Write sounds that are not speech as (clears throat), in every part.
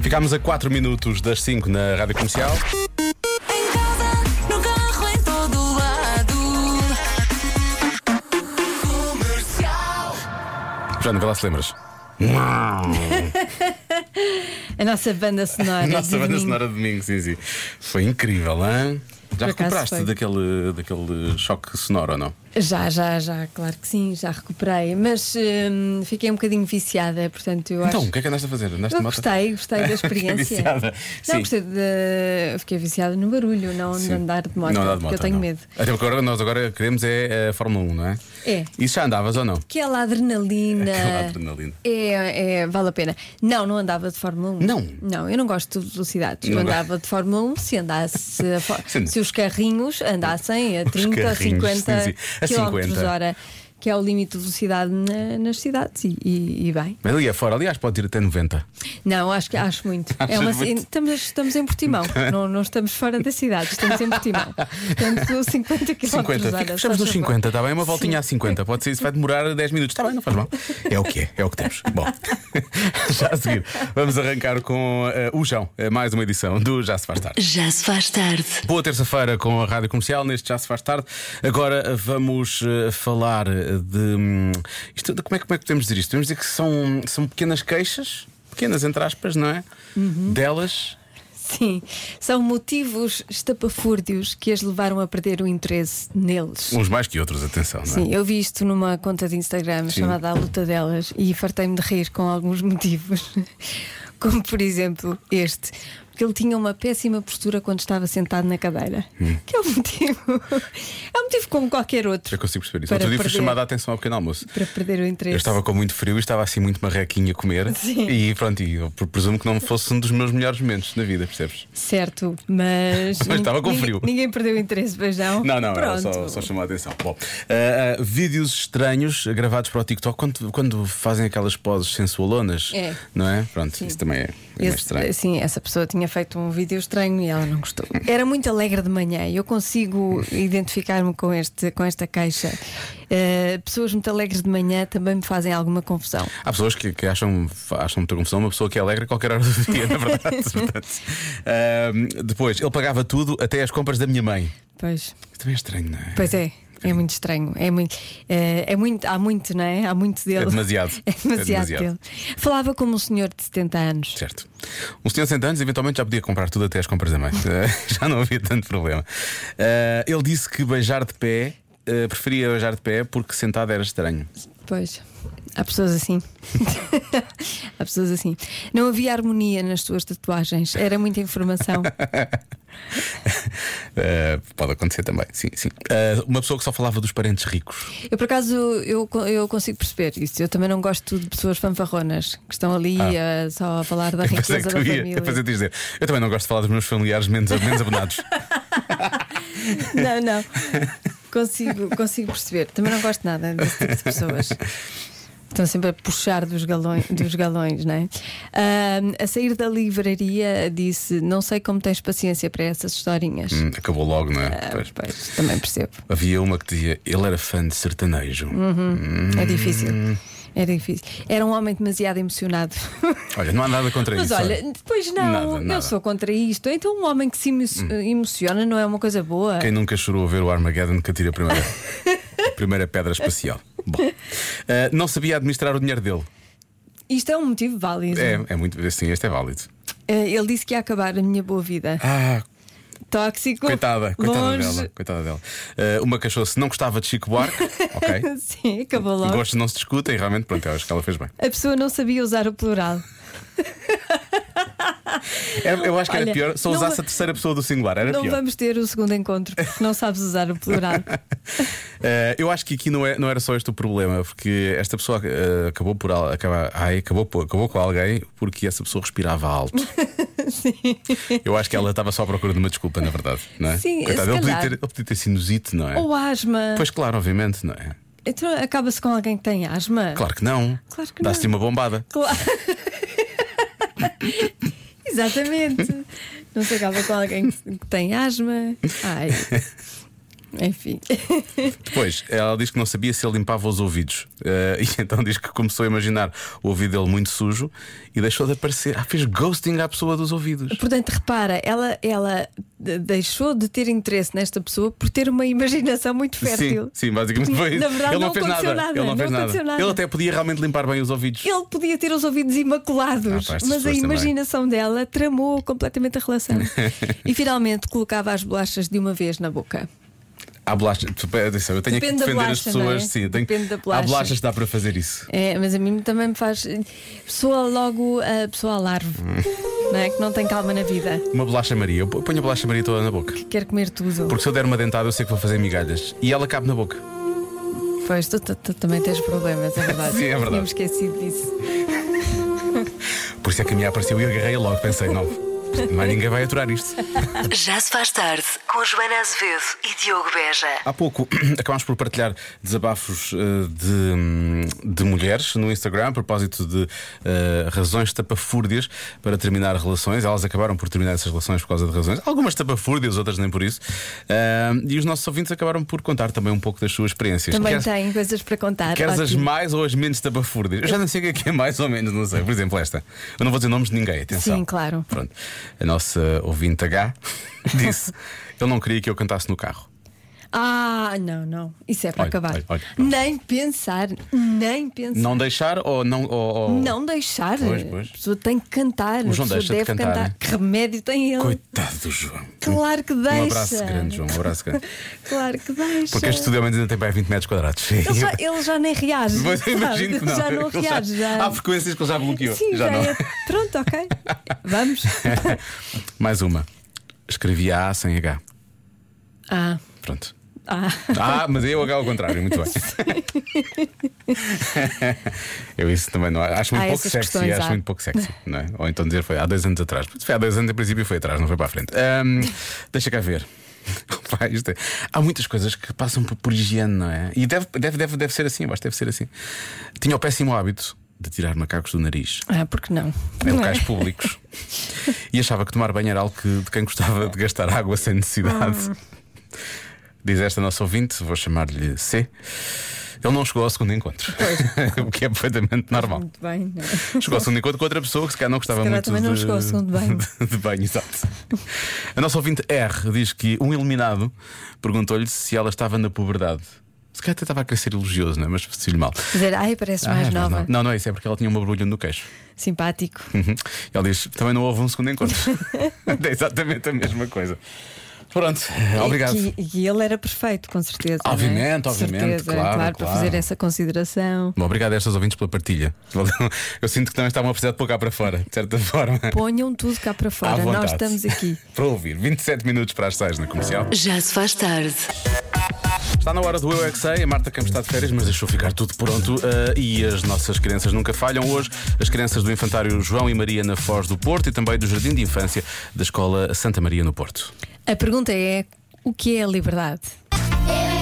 Ficámos a 4 minutos das 5 na rádio comercial. Em casa, no carro, em todo lado. Comercial. Joana, vê lá se lembras. A nossa banda sonora. (laughs) de Nossa banda domingo. sonora de domingo, sim, sim. Foi incrível, hein? Já Por acaso recuperaste foi. daquele, daquele choque sonoro ou não? Já, já, já, claro que sim, já recuperei. Mas hum, fiquei um bocadinho viciada, portanto, eu Então, acho. o que é que andaste a fazer? Andaste Eu de moto? gostei, gostei da (laughs) Fiquei experiência. viciada. Não, Sim. gostei de... Fiquei viciada no barulho, não de Sim. andar de moto, Não andar de porque moto, eu tenho não. medo. Até porque agora, nós agora queremos é a Fórmula 1, não é? É. Isso já andavas ou não? Aquela adrenalina. Aquela adrenalina. É, é, vale a pena. Não, não andava de Fórmula 1. Não? Não, eu não gosto de velocidades. Eu Não andava de Fórmula 1 se andasse. a fo- (laughs) Sim. se os carrinhos andassem a 30, carrinhos, sim, 50 sim. A km 50. hora, que é o limite de velocidade na- nas cidades. E, e- e bem. Mas ali é fora, aliás, pode ir até 90. Não, acho, que- (laughs) acho muito. É uma, muito? Estamos, estamos em (laughs) Portimão. não, não estamos fora da cidade, estamos em Portimão. Portanto, 50. 50 km hora. Fica- se faz Fechamos nos favor. 50, está bem? Uma voltinha a 50. Pode ser, isso vai demorar 10 minutos. Está bem, não faz mal. É o que é, é o que temos. Bom, (laughs) já a seguir, vamos arrancar com eh, o João. Eh, mais uma edição do Já Se Faz Tarde. Já se faz tarde. Boa terça-feira com a Rádio Comercial, neste Já Se Faz Tarde. Agora eh, vamos eh, falar eh, de, hum, isto- de como, é, que- como é que podemos dizer isto? Podemos dizer que são, são pequenas queixas, pequenas entre aspas, não é? Uhum. Delas. Sim, são motivos estapafúrdios que as levaram a perder o interesse neles. Uns mais que outros, atenção, não é? Sim, eu vi isto numa conta de Instagram chamada A Luta Delas e fartei-me de rir com alguns (laughs) motivos, como por exemplo este. Porque ele tinha uma péssima postura quando estava sentado na cadeira. Hum. Que é um motivo. É um motivo como qualquer outro. Já consigo perceber isso. Para Outro dia fui perder- chamada a atenção ao pequeno almoço. Para perder o interesse. Eu estava com muito frio e estava assim muito marrequinho a comer. Sim. E pronto, e eu pre- presumo que não fosse um dos meus melhores momentos na vida, percebes? Certo, mas. (laughs) Mas estava com ninguém- frio. Ninguém perdeu o interesse, beijão. Não, não, ela só, Pronto. só chamou a atenção. Bom, ah, ah, vídeos estranhos gravados para o TikTok quando, quando fazem aquelas poses sensualonas, É. não não é? Pronto, isso também é, mais Esse- estranho. Sim, essa pessoa tinha feito um vídeo estranho e ela não (laughs) gostou. Era muito alegre de manhã e eu consigo identificar-me com, este, com esta queixa. Eh, pessoas muito alegres de manhã também me fazem alguma confusão. Há pessoas que, que acham, acham muita confusão, uma pessoa que é alegre a qualquer hora do dia, na verdade. (laughs) (laughs) Portanto, ah, depois, ele pagava tudo, até as compras da minha mãe. Pois, Isso também é estranho, não é? pois é. É muito estranho, é muito, eh, é muito, há muito, não é? Há muito dele. É demasiado. (laughs) É demasiado, É demasiado. dele. Falava como um senhor de 70 anos. Certo. Um senhor de 100 anos eventualmente já podia comprar tudo até as compras da mãe. (laughs) Eh, já não havia tanto problema. Eh, ele disse que beijar de pé, eh, preferia beijar de pé porque sentado era estranho. Pois, há pessoas assim. (laughs) há pessoas assim. Não havia harmonia nas suas tatuagens, era muita informação. Eh, pode acontecer também, sim, sim. Eh, uma pessoa que só falava dos parentes ricos. Eu, por acaso, eu, co- eu consigo perceber isso. Eu também não gosto de pessoas fanfarronas que estão ali eh, só a (laughs) falar da Ah. Pensei riqueza que da tu ia, família. eu (laughs) pensei que tu ias dizer. Eu também não gosto de falar dos meus familiares menos, menos abonados. Não, (laughs) não. Consigo, consigo perceber. Também não gosto nada desse tipo de pessoas. Estão sempre a puxar dos galões, dos galões não é? Ahm, a sair da livraria disse: Não sei como tens paciência para essas historinhas. Hum, Acabou logo, não é? Ah, Pois. pois, também percebo. Havia uma que dizia, ele era fã de sertanejo. Hum. É difícil. É difícil. Era um homem demasiado emocionado. Olha, não há nada contra Mas isso. olha, depois não, Nada, nada. Hum. eu sou contra isto. Então, um homem que se emo- emociona não é uma coisa boa. Quem nunca chorou a ver o Armageddon que atira a (laughs) primeira, a primeira pedra espacial? Bom, eh, não sabia administrar o dinheiro dele. Isto é um motivo válido. É, é muito. Sim, este é válido. Eh, Ele disse que ia acabar a minha boa vida. Ah, Tóxico. coitada, coitada longe. dela. Coitada dela. Eh, uma cachorra-se não gostava de Chico Buarque. Ok. (laughs) Sim, acabou logo. Gostos não se discutem, realmente, pronto, eu acho que ela fez bem. A pessoa não sabia usar o plural. É, Eu acho que era Olha, pior se não usasse va- a terceira pessoa do singular, era Não pior. vamos ter o segundo encontro porque não sabes usar o (laughs) plural. Eh, eu acho que aqui não, é, não era só este o problema, porque esta pessoa eh, acabou por al- acaba, ai, acabou, por- acabou com alguém porque essa pessoa respirava alto. (laughs) Eu acho que ela estava só à procura de uma desculpa, na verdade, não é? Sim, Coitado, se ele, podia calhar. ter, ele podia ter sinusite, não é? Ou asma. Pois claro, obviamente, não é? Então acaba-se com alguém que tem asma. Claro que não. Claro que Dá-se não. uma bombada. Claro. (laughs) Exatamente. Não se acaba com alguém que tem asma. Ai. Enfim. Depois, ela diz que não sabia se ele limpava os ouvidos. Eh, (laughs) e então diz que começou a imaginar o ouvido dele muito sujo e deixou de aparecer. Ah, fez ghosting à pessoa dos ouvidos. Portanto, repara, ela, ela de- deixou de ter interesse nesta pessoa por ter uma imaginação muito fértil. Sim, sim, basicamente foi isso. Na verdade, ele não, não fez aconteceu nada. Ele nada, não, não fez aconteceu nada. nada. Ele até podia realmente limpar bem os ouvidos. Ele podia ter os ouvidos imaculados, Ah, pá, estas mas a pessoas também. imaginação dela tramou completamente a relação. e finalmente colocava as bolachas de uma vez na boca. Há bolachas. tu- atenção, Eu tenho Depende que da defender as bolacha, não é? pessoas. Sim, eu tenho... Depende da Há bolacha. bolachas que dá para fazer isso. É, mas a mim também me faz. Pessoa logo a pessoa larve, Hum. não é? Que não tem calma na vida, Uma bolacha Maria. Eu ponho a bolacha Maria toda na boca. que quer comer tudo. Porque se eu der uma dentada, eu sei que vou fazer migalhas. E ela cabe na boca. Pois, tu, tu- tu também tens problemas, é verdade. Sim, é verdade. Tínhamos esquecido disso. Por isso é que a minha apareceu e eu agarrei logo. Pensei, não, mais ninguém vai aturar isto. Já se faz tarde com Joana Azevedo e Diogo Beja. Há pouco (clears throat) acabámos por partilhar desabafos eh, de, hum, de mulheres no Instagram a propósito de eh, razões tapafúrdias para terminar relações. Elas acabaram por terminar essas relações por causa de razões. Algumas tapafúrdias, outras nem por isso. Ah, e os nossos ouvintes acabaram por contar também um pouco das suas experiências. Também Queres- têm coisas para contar. Queres as Ótimo. mais ou as menos tapafúrdias? Eu já não sei o que é que é mais ou menos, não sei. Por exemplo, esta. Eu não vou dizer nomes de ninguém, atenção. Sim, claro. Pronto. A nossa ouvinte H (laughs) disse: Ele não queria que eu cantasse no carro. Ah, não, não. Isso é para Olha, acabar. olha, olha. Nem pensar, nem pensar. Não deixar ou não. Ou, ou- Não deixar. Pois, pois. A pessoa tem que cantar. O João a pessoa deixa de deve cantar, né? Que remédio tem ele? Coitado do João. Claro que deixa. Um abraço grande, João. Um abraço grande. Claro que deixa. Porque este estúdio é ao menos ainda tem para aí 20 metros quadrados. (laughs) Ele já, ele já nem reage. Mas eu sabe? imagino que não. Já não Ele Ah, reage. Já... Há frequências que ele já bloqueou. Sim, já, não. é. Pronto, ok. (laughs) Vamos. Mais uma. Escrevi A sem H. Ah, Pronto. ah. Ah, mas eu H ao contrário, muito bem. eu isso também não acho muito Há pouco essas sexy, questões, acho há. muito pouco sexy, não é? Ou então dizer foi há dois anos atrás. Se Foi há dois anos em princípio foi atrás, não foi para a frente. Ahm, deixa cá ver. (laughs) Pá, isto é- Há muitas coisas que passam por, por higiene, não é? E deve, deve, deve, deve ser assim, eu acho que deve ser assim. Tinha o péssimo hábito de tirar macacos do nariz Ah, porque não? em Não é? locais públicos e achava que tomar banho era algo que, de quem gostava de gastar água sem necessidade. Ah. Diz esta nossa ouvinte, vou chamar-lhe C. Ele não chegou ao segundo encontro, (laughs) o que é perfeitamente normal. Muito bem. não é? Chegou ao segundo encontro com outra pessoa que se calhar não gostava Se calhar muito também de, não chegou ao segundo (laughs) banho. de banho, exato. A nossa ouvinte R diz que um iluminado perguntou-lhe se ela estava na puberdade. Se calhar até estava a querer ser elogioso, não é? mas se lhe mal. Dizer, ai, parece Ah, mais mas nova. Não. não, não é isso, é porque ela tinha uma borbulha no queixo. Simpático. Uhum. Ela diz: também não houve um segundo (laughs) encontro. é exatamente a mesma coisa. Pronto, obrigado. E, É que- e ele era perfeito, com certeza. não é? Obviamente, Com obviamente, certeza, claro, para claro. fazer essa consideração. Bom, obrigado a estas ouvintes pela partilha. Valeu. (laughs) Eu sinto que também estavam a precisar de pôr cá para fora, de certa forma. Ponham tudo cá (laughs) para À fora, vontade. nós estamos aqui. (laughs) para ouvir, 27 minutos para as 6 na comercial. Já se faz tarde. Está na hora do Eu é Que Sei. A Marta Campos está de férias, mas deixou ficar tudo pronto. eh, e as nossas crianças nunca falham. Hoje, as crianças do Infantário João e Maria na Foz do Porto e também do Jardim de Infância da Escola Santa Maria no Porto. A pergunta é: o que é a liberdade? é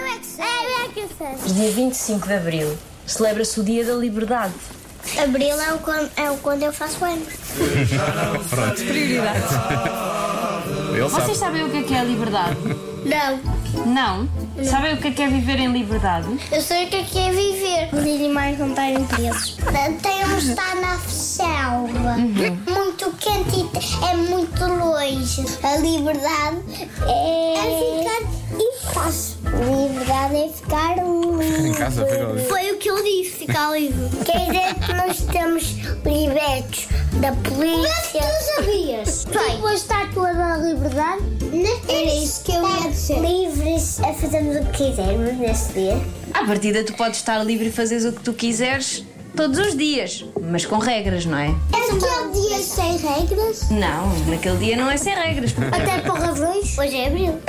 é Dia 25 de Abril celebra-se o Dia da Liberdade. Abril é o quando, é o quando eu faço anos. (laughs) Prioridades. Ele sabe. Vocês sabem o que é, que é a liberdade? Não, Não? Sabem o que é, que é viver em liberdade? eu sei o que é, que é viver. Os animais não estarem presos. Temos de estar na selva. Muito quente e te- é muito longe. A liberdade é, ficar em casa. Liberdade é ficar livre. em casa, ficar livre. Foi o que eu disse, ficar livre. Quer dizer que nós estamos libertos da polícia. Mas tu sabias? Tipo a estátua da liberdade? Era isso que eu ia dizer. Livres a fazermos o que quisermos nesse dia. À partida, tu podes estar livre e fazeres o que tu quiseres todos os dias, mas com regras, não é? É um dia sem regras? Não, naquele dia não é sem regras. Até por razões? Hoje é abril.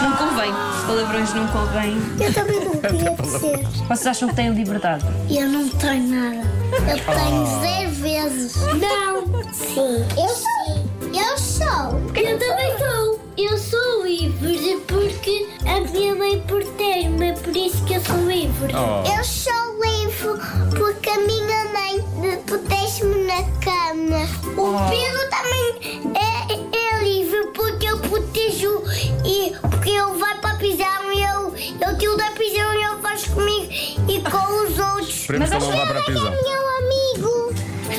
Não convém. Palavrões não convém. Eu também (laughs) não queria ser. Vocês acham que têm liberdade? Eu não tenho nada. Eu tenho zero vezes. Não. Sim. Eu sou. Eu sou. Eu também sou. Eu sou livre porque a minha mãe protege-me, por isso que eu sou livre. Oh. Eu sou livre porque a minha mãe protege-me na Oh. cama. O Pedro também é, é livre porque eu protejo Esperemos que Mas ele não vá para a prisão. Meu amigo,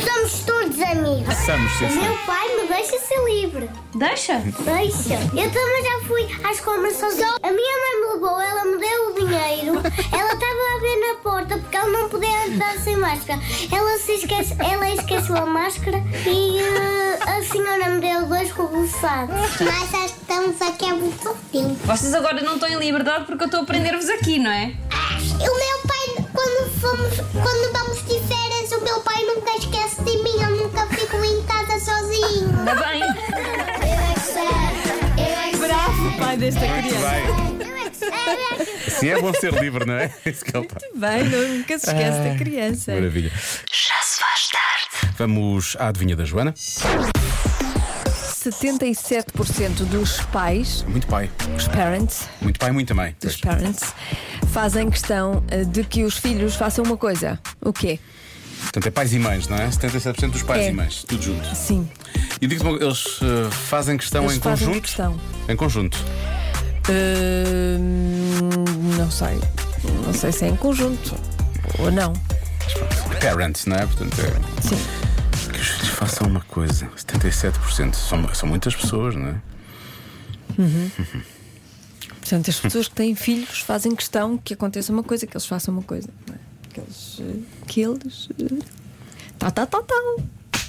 somos todos amigos. Somos, sim, O sim. meu pai me deixa ser livre. Deixa. Deixa. Eu também já fui às compras sozinha. A minha mãe me levou, ela me deu o dinheiro. Ela estava a ver na porta porque ela não podia andar sem máscara. Ela, se esquece, ela esqueceu a máscara e eh, a senhora me deu dois rebufados. Mas acho que estamos aqui a muito tempo. Vocês agora não estão em liberdade porque eu estou a prender-vos aqui, não é? O meu pai, quando, fomos, quando vamos de férias, o meu pai nunca esquece de mim. Eu nunca fico em casa sozinho. Ainda bem. (laughs) Eu é que sei, eu é que sei. Bravo, pai desta Muito criança. bem. Eu é que sei, eu é que sei. Sim, é (laughs) bom ser livre, não é? (laughs) É Isso que ele está. Bem, não- nunca se esquece Ah. da criança. Maravilha. Já se faz tarde. Vamos à adivinha da Joana. 77% dos pais, Muito pai. os parents, Muito pai, muita mãe. dos Pois. parents, fazem questão eh, de que os filhos façam uma coisa. O quê? Portanto, é pais e mães, não é? 77% dos pais É. e mães. Tudo junto. Sim. E digo-te, uma coisa, eles eh, fazem questão Eles em fazem conjunto? questão. Em conjunto. Hum, não sei. Não sei se é em conjunto ou não. Parents, não é? Portanto, é- Sim. que os filhos façam uma coisa. 77%. São, são muitas pessoas, não é? Portanto, as pessoas que têm filhos fazem questão que aconteça uma coisa, que eles façam uma coisa. não é? Que eles. eh, Que eles. eh, Tá, tá, tá, tá.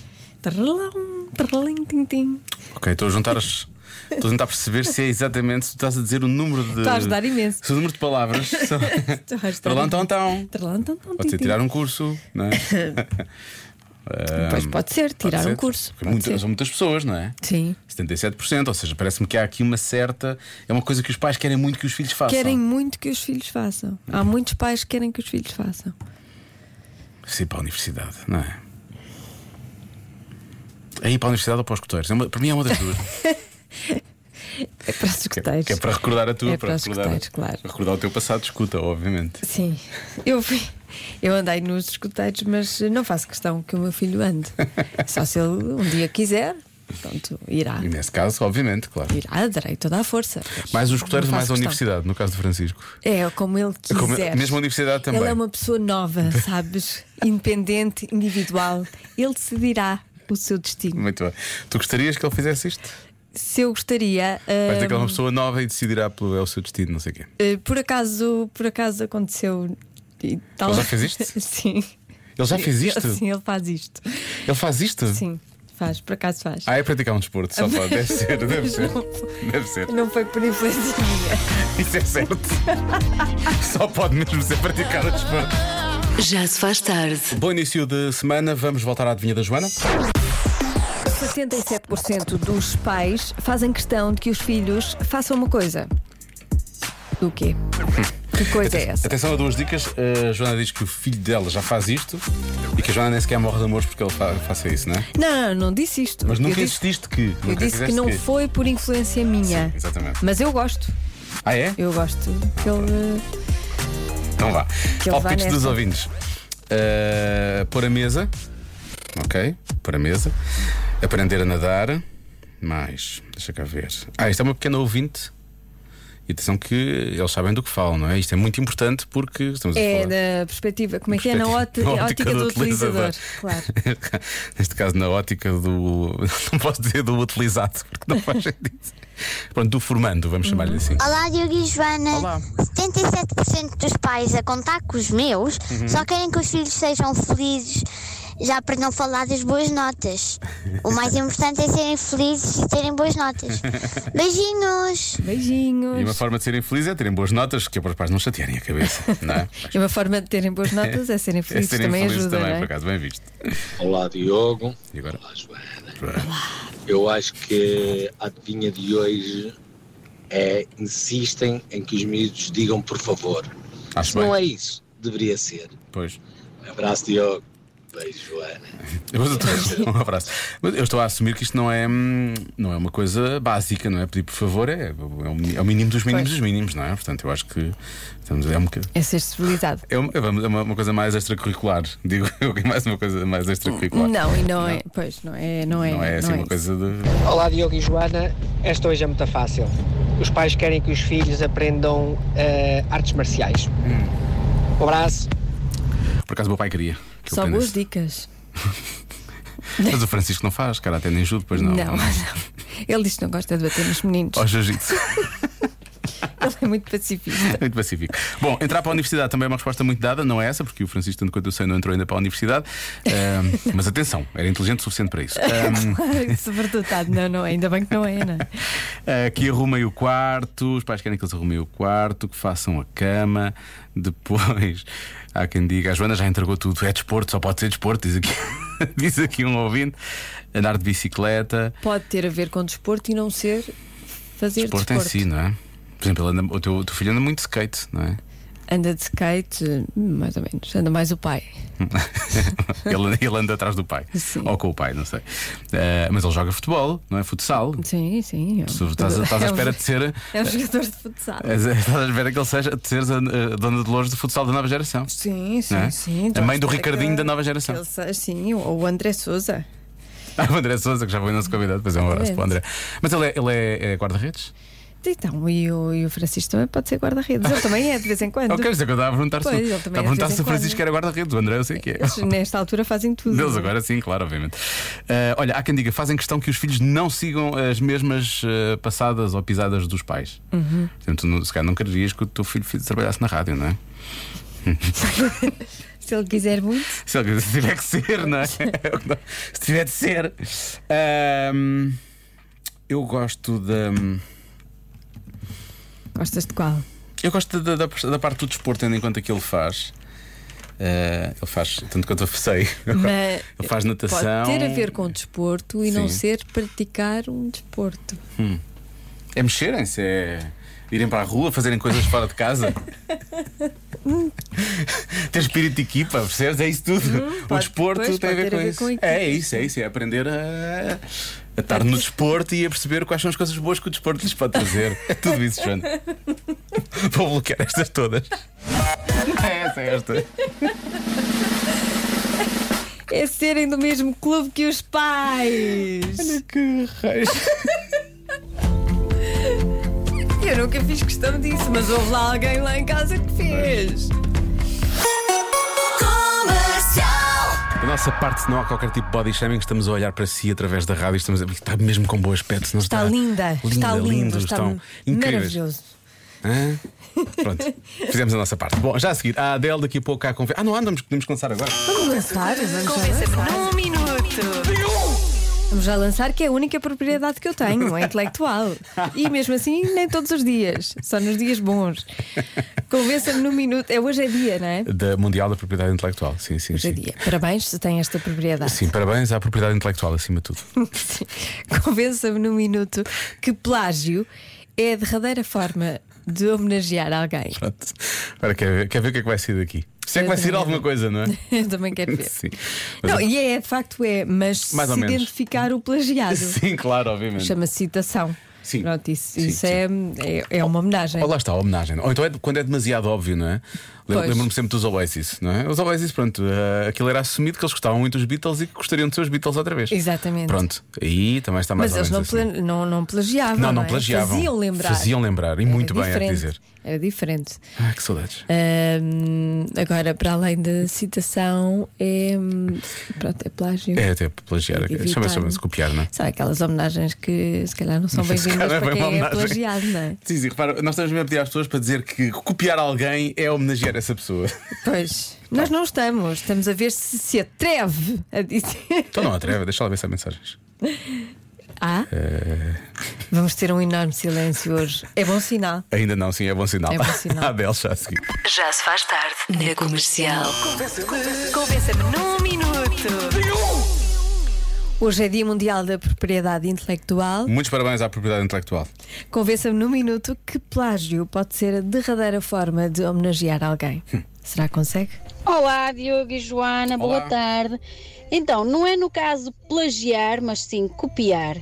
Tarralão, tarralim, tim, tim. Ok, estou a juntar as. Estou a tentar perceber se é exatamente se tu estás a dizer o número de. Está a ajudar imenso. Se o número de palavras. são- (laughs) Estou a estar- Taralão, tão, tão. Tarralão, tam, tam, então. Pode tim, ser tim. tirar um curso, não é? Pois pode ser, tirar Pode um ser. curso. Porque pode muitas- ser. São muitas pessoas, não é? Sim. 77%, ou seja, parece-me que há aqui uma certa. É uma coisa que os pais querem muito que os filhos façam. Querem muito que os filhos façam. Há muitos pais que querem que os filhos façam. Se ir para a universidade, não é? É ir para a universidade ou para os escuteiros? É uma- para mim é uma das (laughs) duas. É para os Que é- escuteiros. que é para recordar a tua, É para os recordar, escuteiros, claro. para recordar o teu passado de escuta, obviamente. Sim, eu fui. Eu andei nos escuteiros, mas não faço questão que o meu filho ande. Só se ele um dia quiser, pronto, irá. E nesse caso, obviamente, claro. Irá, darei toda a força. Mas Mais os escuteiros, não mais faço a questão. universidade, no caso de Francisco. É, como ele quiser. Como- mesmo a universidade também. Ele é uma pessoa (laughs) nova, sabes? Independente, individual. Ele decidirá o seu destino. Muito bem. Tu gostarias que ele fizesse isto? Se eu gostaria. Vais ter que ele é uma hum, pessoa nova e decidirá pelo é o seu destino, não sei o quê. eh, por acaso, por acaso aconteceu. E tal. Ele já fez isto? (laughs) Sim. Ele já fez isto? Sim, ele faz isto. Ele faz isto? Sim, faz, por acaso faz. Ah, é praticar um desporto, só pode. Deve ser, deve ser. Deve ser. Não foi (laughs) por influência minha. Isso é certo. Só pode mesmo ser praticado o desporto. Já se faz tarde. Bom início de semana, vamos voltar à adivinha da Joana. 77% dos pais fazem questão de que os filhos façam uma coisa. O quê? Que coisa é essa? Atenção a duas dicas. A Joana diz que o filho dela já faz isto e que a Joana nem sequer morre de amores porque ele fa- faça isso, não é? Não, não, não disse isto. Mas nunca eu disse, insististe que. eu nunca disse que fizeste não foi por influência minha. Sim, exatamente. Mas eu gosto. Ah, é? Eu gosto que ele. Então vá. Que é ele vá Palpites dos nessa. ouvintes. Uh, pôr a mesa. Ok, pôr a mesa. Aprender a nadar. Mais, deixa cá ver. Ah, isto é uma pequena ouvinte. E atenção que eles sabem do que falam, não é? Isto é muito importante porque estamos a É falar. da perspectiva, como é que é? (laughs) Na ótica, Na ótica do, utilizador. Claro. (laughs) Neste caso, na ótica do. (laughs) Não posso dizer do utilizado, porque não faz sentido. Pronto, do formando, Uhum. vamos chamar-lhe assim. Olá, Diogo e Joana. 77% dos pais, a contar com os meus, só querem que os filhos sejam felizes, já para não falar das boas notas. O mais importante é serem felizes e terem boas notas. Beijinhos! Beijinhos. E uma forma de serem felizes é terem boas notas, que é para os pais não chatearem a cabeça, não é? E uma forma de (laughs) terem boas notas é serem felizes, serem também felizes ajuda, também, não por é? acaso, bem visto. Olá Diogo, E agora? olá Joana. Eu acho que a adivinha de hoje é insistem em que os miúdos digam por favor. Acho Se não bem. é isso, deveria ser. Pois. Um abraço Diogo. Beijo, Joana. Mas eu estou- um abraço. Mas eu estou a assumir que isto não é, hum, não é uma coisa básica, não é? Pedir por favor é, é, o, mi- é o mínimo dos mínimos dos mínimos, não é? Portanto, eu acho que estamos é um bocadinho. É ser civilizado. É uma, é uma- uma coisa mais extracurricular, (laughs) digo eu, que é mais uma coisa mais extracurricular. Não, e não, é. Pois, não é. Não é, Não é assim uma isso. coisa de. Olá Diogo e Joana, esta hoje é muito fácil. Os pais querem que os Hum. filhos aprendam eh, artes marciais. Um abraço. Por acaso o meu pai queria. que eu Só boas aprendesse. dicas. Mas o Francisco não faz, cara, até nem judo, pois não. Não, (laughs) não. Ele diz que não gosta de bater nos meninos. Ao jiu-jitsu. Ele é muito pacifista. (laughs) Muito pacífico. Bom, entrar para a universidade também é uma resposta muito dada, não é essa, porque o Francisco, tanto quanto eu sei, não entrou ainda para a universidade. Ahm, (laughs) mas atenção, era inteligente o suficiente para isso. (laughs) Ahm, Claro, Sobretutado, não, não, ainda bem que não é, não é? ah, que arrumem o quarto, os pais querem que eles arrumem o quarto, que façam a cama. Depois, há quem diga, a Joana já entregou tudo, é desporto, só pode ser desporto, diz aqui, diz aqui (laughs) um ouvinte. Andar de bicicleta, Pode ter a ver com desporto e não ser fazer desporto, desporto. em si, não é? Por exemplo, ele anda- o, teu, o teu filho anda muito de skate, não é? Anda de skate, mais ou menos. Anda mais o pai. (laughs) ele, ele anda atrás do pai. Ou com o pai, não sei. Eh, mas ele joga futebol, não é? Futsal. Sim, sim. é um- Tu estás, estás à é um- espera de ser. É um jogador de futsal. eh, (laughs) Estás à espera que ele seja de seres a, a dona de Lourdes do futsal da nova geração. Sim, sim, Não é? sim. A mãe do Então, Ricardinho aquele- da nova geração. aquele sa- sim, ou o André Souza. (laughs) Ah, o André Souza, que já foi nosso convidado, depois é um abraço Exatamente. para o André. Mas ele é, ele é- é guarda-redes? Então, e o, e o Francisco também pode ser guarda-redes. Ele também é, de vez em (laughs) quando. Não quero dizer que eu estava a perguntar se, Pois, ele estava também a é de perguntar vez se o em quando. Francisco era guarda-redes. O André eu sei que é. Eles, nesta altura, fazem tudo. Deus, agora sim, claro, obviamente. Eh, olha, há quem diga, fazem questão que os filhos não sigam as mesmas eh, passadas ou pisadas dos pais. Uhum. Por exemplo, tu não- se calhar não querias que o teu filho fi- trabalhasse na rádio, não é? Se ele quiser muito. Se ele- (laughs) se tiver que ser, não é? (laughs) É o que dá. se tiver de ser. Ahm, eu gosto da. Gostas de qual? Eu gosto da, da- da parte do desporto, tendo em conta que ele faz. Ah, ele faz, tanto quanto eu sei, (laughs) Mas ele faz natação. Pode ter a ver com o desporto e não Sim. ser praticar um desporto. Hum. É mexerem-se, é irem para a rua, fazerem coisas fora de casa. ter espírito de equipa, percebes? É isso tudo. o Uhum, pode- desporto pois, tem a pode ver ter com a ver isso. com equipa. é isso, é isso, é aprender a. a estar no desporto e a perceber quais são as coisas boas que o desporto lhes pode (laughs) trazer. É tudo isso, Joana. Vou bloquear estas todas. É essa, é esta. É serem do mesmo clube que os pais. Olha que raios. (laughs) Eu nunca fiz questão disso, mas houve lá alguém lá em casa que fez. A nossa parte não há qualquer tipo de body shaming, estamos a olhar para si através da rádio, estamos a... está mesmo com bom aspecto. senão Está linda, está lindo, lindos, está estão incríveis. maravilhoso. Hã? Pronto, fizemos a nossa parte. Bom, já a seguir, a Adele daqui a pouco há conversa. Ah, não, andamos, podemos começar agora. Vamos lançar, vamos já lançar. Num minuto. Vamos já lançar, que é a única propriedade que eu tenho, é intelectual. E mesmo assim, nem todos os dias, só nos dias bons. Convença-me num minuto. É hoje é dia, não é? Da Mundial da Propriedade Intelectual, sim, sim. sim. Parabéns se tem esta (laughs) propriedade. Sim, parabéns à propriedade intelectual, acima de tudo. Sim. Convença-me num minuto que plágio é a derradeira forma de homenagear alguém. (laughs) Pronto. Agora quer ver, quer ver o que é que vai sair daqui. Se é que vai sair alguma coisa, não é? Eu também quero ver. Sim. Mas Não, eu- e é, de facto é, mas é. Mais ou se menos. identificar o plagiado Sim, claro, obviamente. chama-se citação. Sim. Pronto, isso, isso é, é, é uma homenagem. Ou Oh, lá está a homenagem. Ou então é de- quando é demasiado óbvio, não é? Lem- Pois. Lembro-me sempre dos Oasis, não é? Os Oasis, pronto, eh, aquilo era assumido que eles gostavam muito dos Beatles e que gostariam de ser os Beatles outra vez. Exatamente. Pronto, aí também está mais mas ou menos eles não, assim. pla- não, não plagiavam. Não, não é? plagiavam. Faziam lembrar. Faziam lembrar, e Era muito bem, há de diferente, dizer. Era diferente. Ah, que saudades. Ahm, agora, para além da citação, é. hum, Pronto, é plágio. É até plagiar, Evitar. chama-se chama copiar, não é? Sabe aquelas homenagens que se calhar não são (laughs) Se bem-vindas calhar para é quem uma é homenagem. plagiado, não é? Sim, sim, repara, nós estamos mesmo a pedir às pessoas para dizer que copiar alguém é homenagear essa pessoa. Pois, nós não estamos, estamos a ver se se atreve a dizer. (laughs) Então não atreve, deixa lá ver se há mensagens. Ah, Eh, vamos ter um enorme silêncio hoje. É bom sinal. ainda não, sim, é bom sinal. É bom (laughs) sinal. a Bel já a seguir. Já se faz tarde na comercial. Convença-me num minuto. Hoje é Dia Mundial da Propriedade Intelectual. Muitos parabéns à propriedade intelectual. Convença-me num minuto que plágio pode ser a derradeira forma de homenagear alguém. Hum. Será que consegue? Olá, Diogo e Joana, boa Olá. tarde. Então, não é no caso plagiar, mas sim copiar.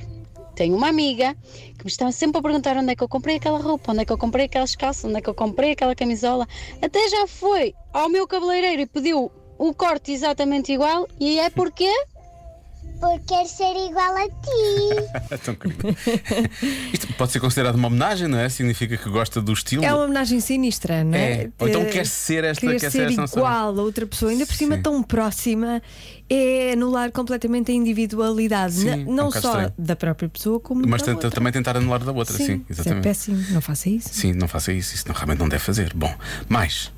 Tenho uma amiga que me está sempre a perguntar onde é que eu comprei aquela roupa, onde é que eu comprei aquelas calças, onde é que eu comprei aquela camisola. Até já foi ao meu cabeleireiro e pediu o corte exatamente igual. E é porque? Por Porque quero ser igual a ti. Tão querido. Isto pode ser considerado uma homenagem, não é? Significa que gosta do estilo. É uma homenagem sinistra, não é? É. Ou então quer ser esta- Querer quer ser ser esta noção. igual a outra pessoa, ainda por cima Sim. tão próxima, é anular completamente a individualidade, Sim, na- é um não bocado só estranho. da própria pessoa, como Mas da tenta- outra. também tentar anular da outra, sim, Sim, isso é exatamente. péssimo, não faça isso. Sim, não faça isso, isso não- realmente não deve fazer. Bom, mais.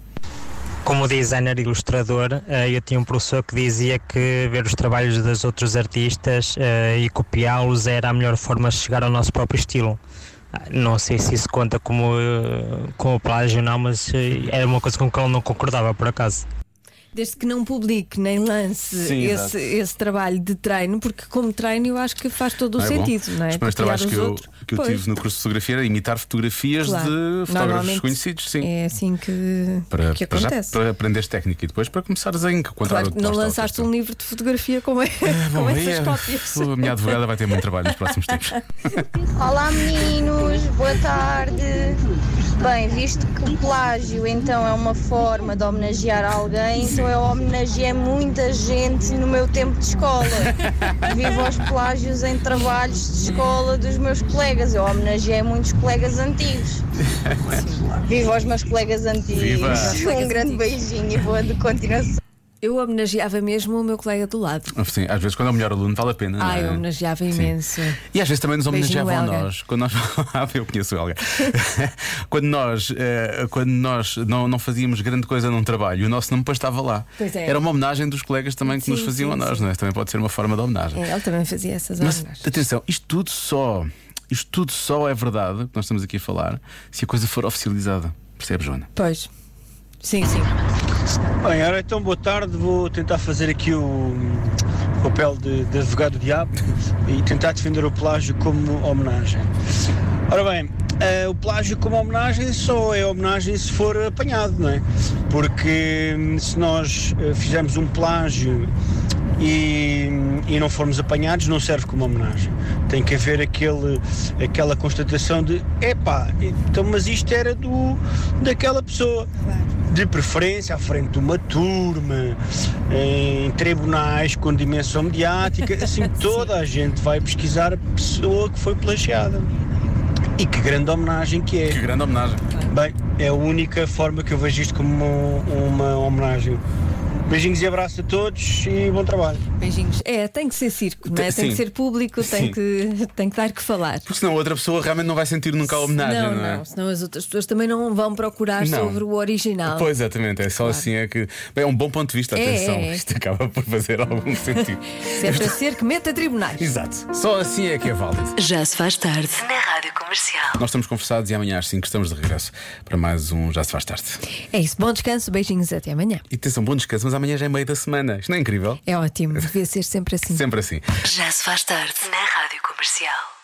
Como designer e ilustrador, eh, eu tinha um professor que dizia que ver os trabalhos dos outros artistas eh, e copiá-los era a melhor forma de chegar ao nosso próprio estilo. Ah, Não sei se isso conta como, eh, como plágio ou não, mas eh, era uma coisa com que ele não concordava, por acaso. Desde que não publique nem lance Sim, esse, exato. esse trabalho de treino, porque como treino eu acho que faz todo o Ah, é bom. sentido, não é? Os primeiros Copiar trabalhos os que eu, outros. que eu Pois, tive no curso de fotografia era imitar fotografias claro. de fotógrafos Normalmente conhecidos, sim. É assim que, Para, que para já acontece. para aprenderes técnica e depois para começares a encontrar Claro outro que não lançaste um livro de fotografia com, É, (laughs) com essas cópias. A minha advogada vai ter muito trabalho nos próximos (laughs) tempos. Olá meninos, boa tarde. Bem, visto que o plágio então é uma forma de homenagear alguém, então eu homenageei muita gente no meu tempo de (laughs) escola. Vivo aos plágios em trabalhos de escola dos meus colegas. Eu homenageei muitos colegas antigos. Viva aos meus colegas antigos. Viva. Um grande beijinho e boa de continuação. Eu homenageava mesmo o meu colega do lado. Sim, às vezes quando é o melhor aluno vale a pena. não Ai, é? eu homenageava imenso. E às vezes também nos Beijinho, homenageavam a Helga. nós. Quando nós (laughs) eu conheço o (laughs) Helga. quando nós, eh, quando nós não, não fazíamos grande coisa num trabalho, o nosso nome depois estava lá. Pois é. Era uma homenagem dos colegas também que nos Sim, faziam sim, a nós, sim. não é? Também pode ser uma forma de homenagem. É, Ele também fazia essas Mas homenagens. atenção, isto tudo só, isto tudo só é verdade, o que nós estamos aqui a falar, se a coisa for oficializada. Percebes, Joana? Pois. Sim, sim. Bem, ora então boa tarde, vou tentar fazer aqui o papel de, de advogado do diabo e tentar defender o plágio como homenagem. Ora bem, eh, o plágio como homenagem só é homenagem se for apanhado, não é? Porque hum, se nós eh, fizermos um plágio e, hum, e não formos apanhados, não serve como homenagem. Tem que haver aquele, aquela constatação de epá, então, mas isto era do, daquela pessoa. De preferência à frente de uma turma, em tribunais com dimensão mediática, assim toda a gente vai pesquisar a pessoa que foi plagiada. E que grande homenagem que é. Que grande homenagem. Bem, é a única forma que eu vejo isto como uma homenagem. Beijinhos e abraço a todos e bom trabalho. Beijinhos. É, tem que ser circo, não é? Tem- Tem que sim. ser público, tem Sim. que, tem que dar que falar. Porque senão a outra pessoa realmente não vai sentir nunca a homenagem, não, não, é? não, senão as outras pessoas também não vão procurar Não. sobre o original. Pois, exatamente, é só assim é que. Bem, é um bom ponto de vista, É, atenção. é, é. Isto acaba por fazer (laughs) algum sentido. Se é para ser que meta (laughs) tribunais. Exato. Só assim é que é válido. Já se faz tarde na Rádio Comercial. Nós estamos conversados e amanhã às 5 estamos de regresso para mais um Já se faz tarde. É isso. Bom descanso, beijinhos até amanhã. E atenção, bom descanso, mas amanhã já é meio da semana. Isto não é incrível? É ótimo, devia ser sempre assim. Sempre assim. Já se faz tarde na Rádio Comercial.